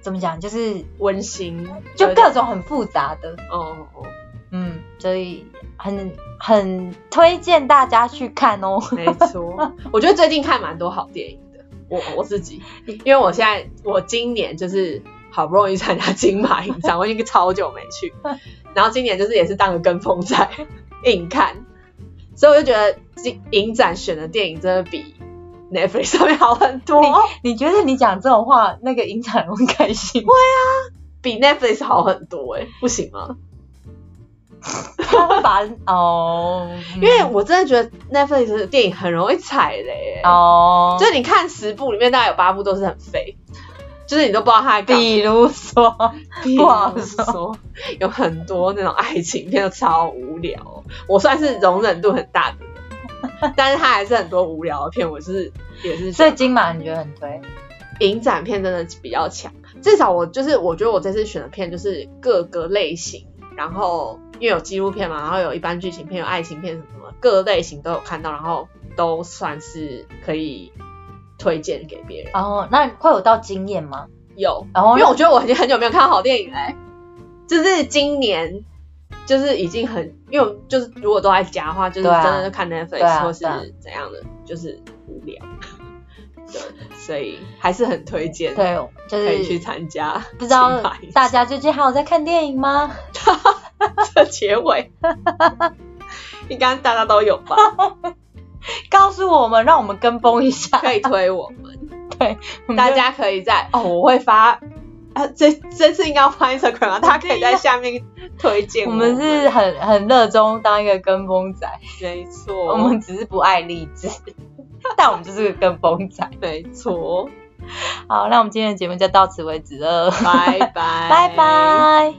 S1: 怎么讲，就是
S2: 温馨，
S1: 就
S2: 有点
S1: 各种很复杂的，
S2: 哦，哦
S1: 嗯，所以很很推荐大家去看哦。
S2: 没错，我觉得最近看蛮多好电影的，我我自己，因为我现在我今年就是好不容易参加金马影展，我已经超久没去， 然后今年就是也是当个跟风仔硬看，所以我就觉得金影展选的电影真的比 Netflix 上面好很多，
S1: 你觉得你讲这种话，那个影展人会开心吗？
S2: 比 Netflix 好很多哎、不行
S1: 嗯
S2: 吗？
S1: 他会把哦，因
S2: 因为我真的觉得 Netflix 的电影很容易踩雷、欸，
S1: 哦，
S2: 就是你看十部里面大概有八部都是很废，就是你都不知道它在干嘛
S1: 比如说，
S2: 不好说，有很多那种爱情片都超无聊哦、我算是容忍度很大的人，但是他还是很多无聊的片，我是也是觉
S1: 所以
S2: 得。
S1: 金马你觉得很推？
S2: 影展片真的比较强，至少我就是我觉得我这次选的片就是各个类型，然后因为有纪录片嘛，然后有一般剧情片，有爱情片什么的，各类型都有看到，然后都算是可以推荐给别人。
S1: 哦，那会有到经验吗？
S2: 有，
S1: 然后
S2: 因为我觉得我已经很久没有看到好电影嘞、就是今年就是已经很，因为我就是如果都在家的话，就是
S1: 对啊
S2: 真的是看 Netflix、
S1: 对啊
S2: 或是
S1: 对啊
S2: 怎样的，就是无聊。对，所以还是很推荐，
S1: 对，就
S2: 可以去
S1: 是
S2: 参加清白。
S1: 不知道大家最近还有在看电影吗？
S2: 的结尾，应该大家都有吧？
S1: 告诉我们，让我们跟风一下。
S2: 可以推 我们，
S1: 我们就
S2: 大家可以在哦，我会发。啊，这这次应该要发 Instagram 啊，大家可以在下面推荐
S1: 我
S2: 们
S1: 们是很很热衷当一个跟风仔，
S2: 没错，
S1: 我们只是不爱励志，但我们就是个跟风仔。
S2: 没错，
S1: 好，那我们今天的节目就到此为止了，
S2: 拜拜，
S1: 拜拜。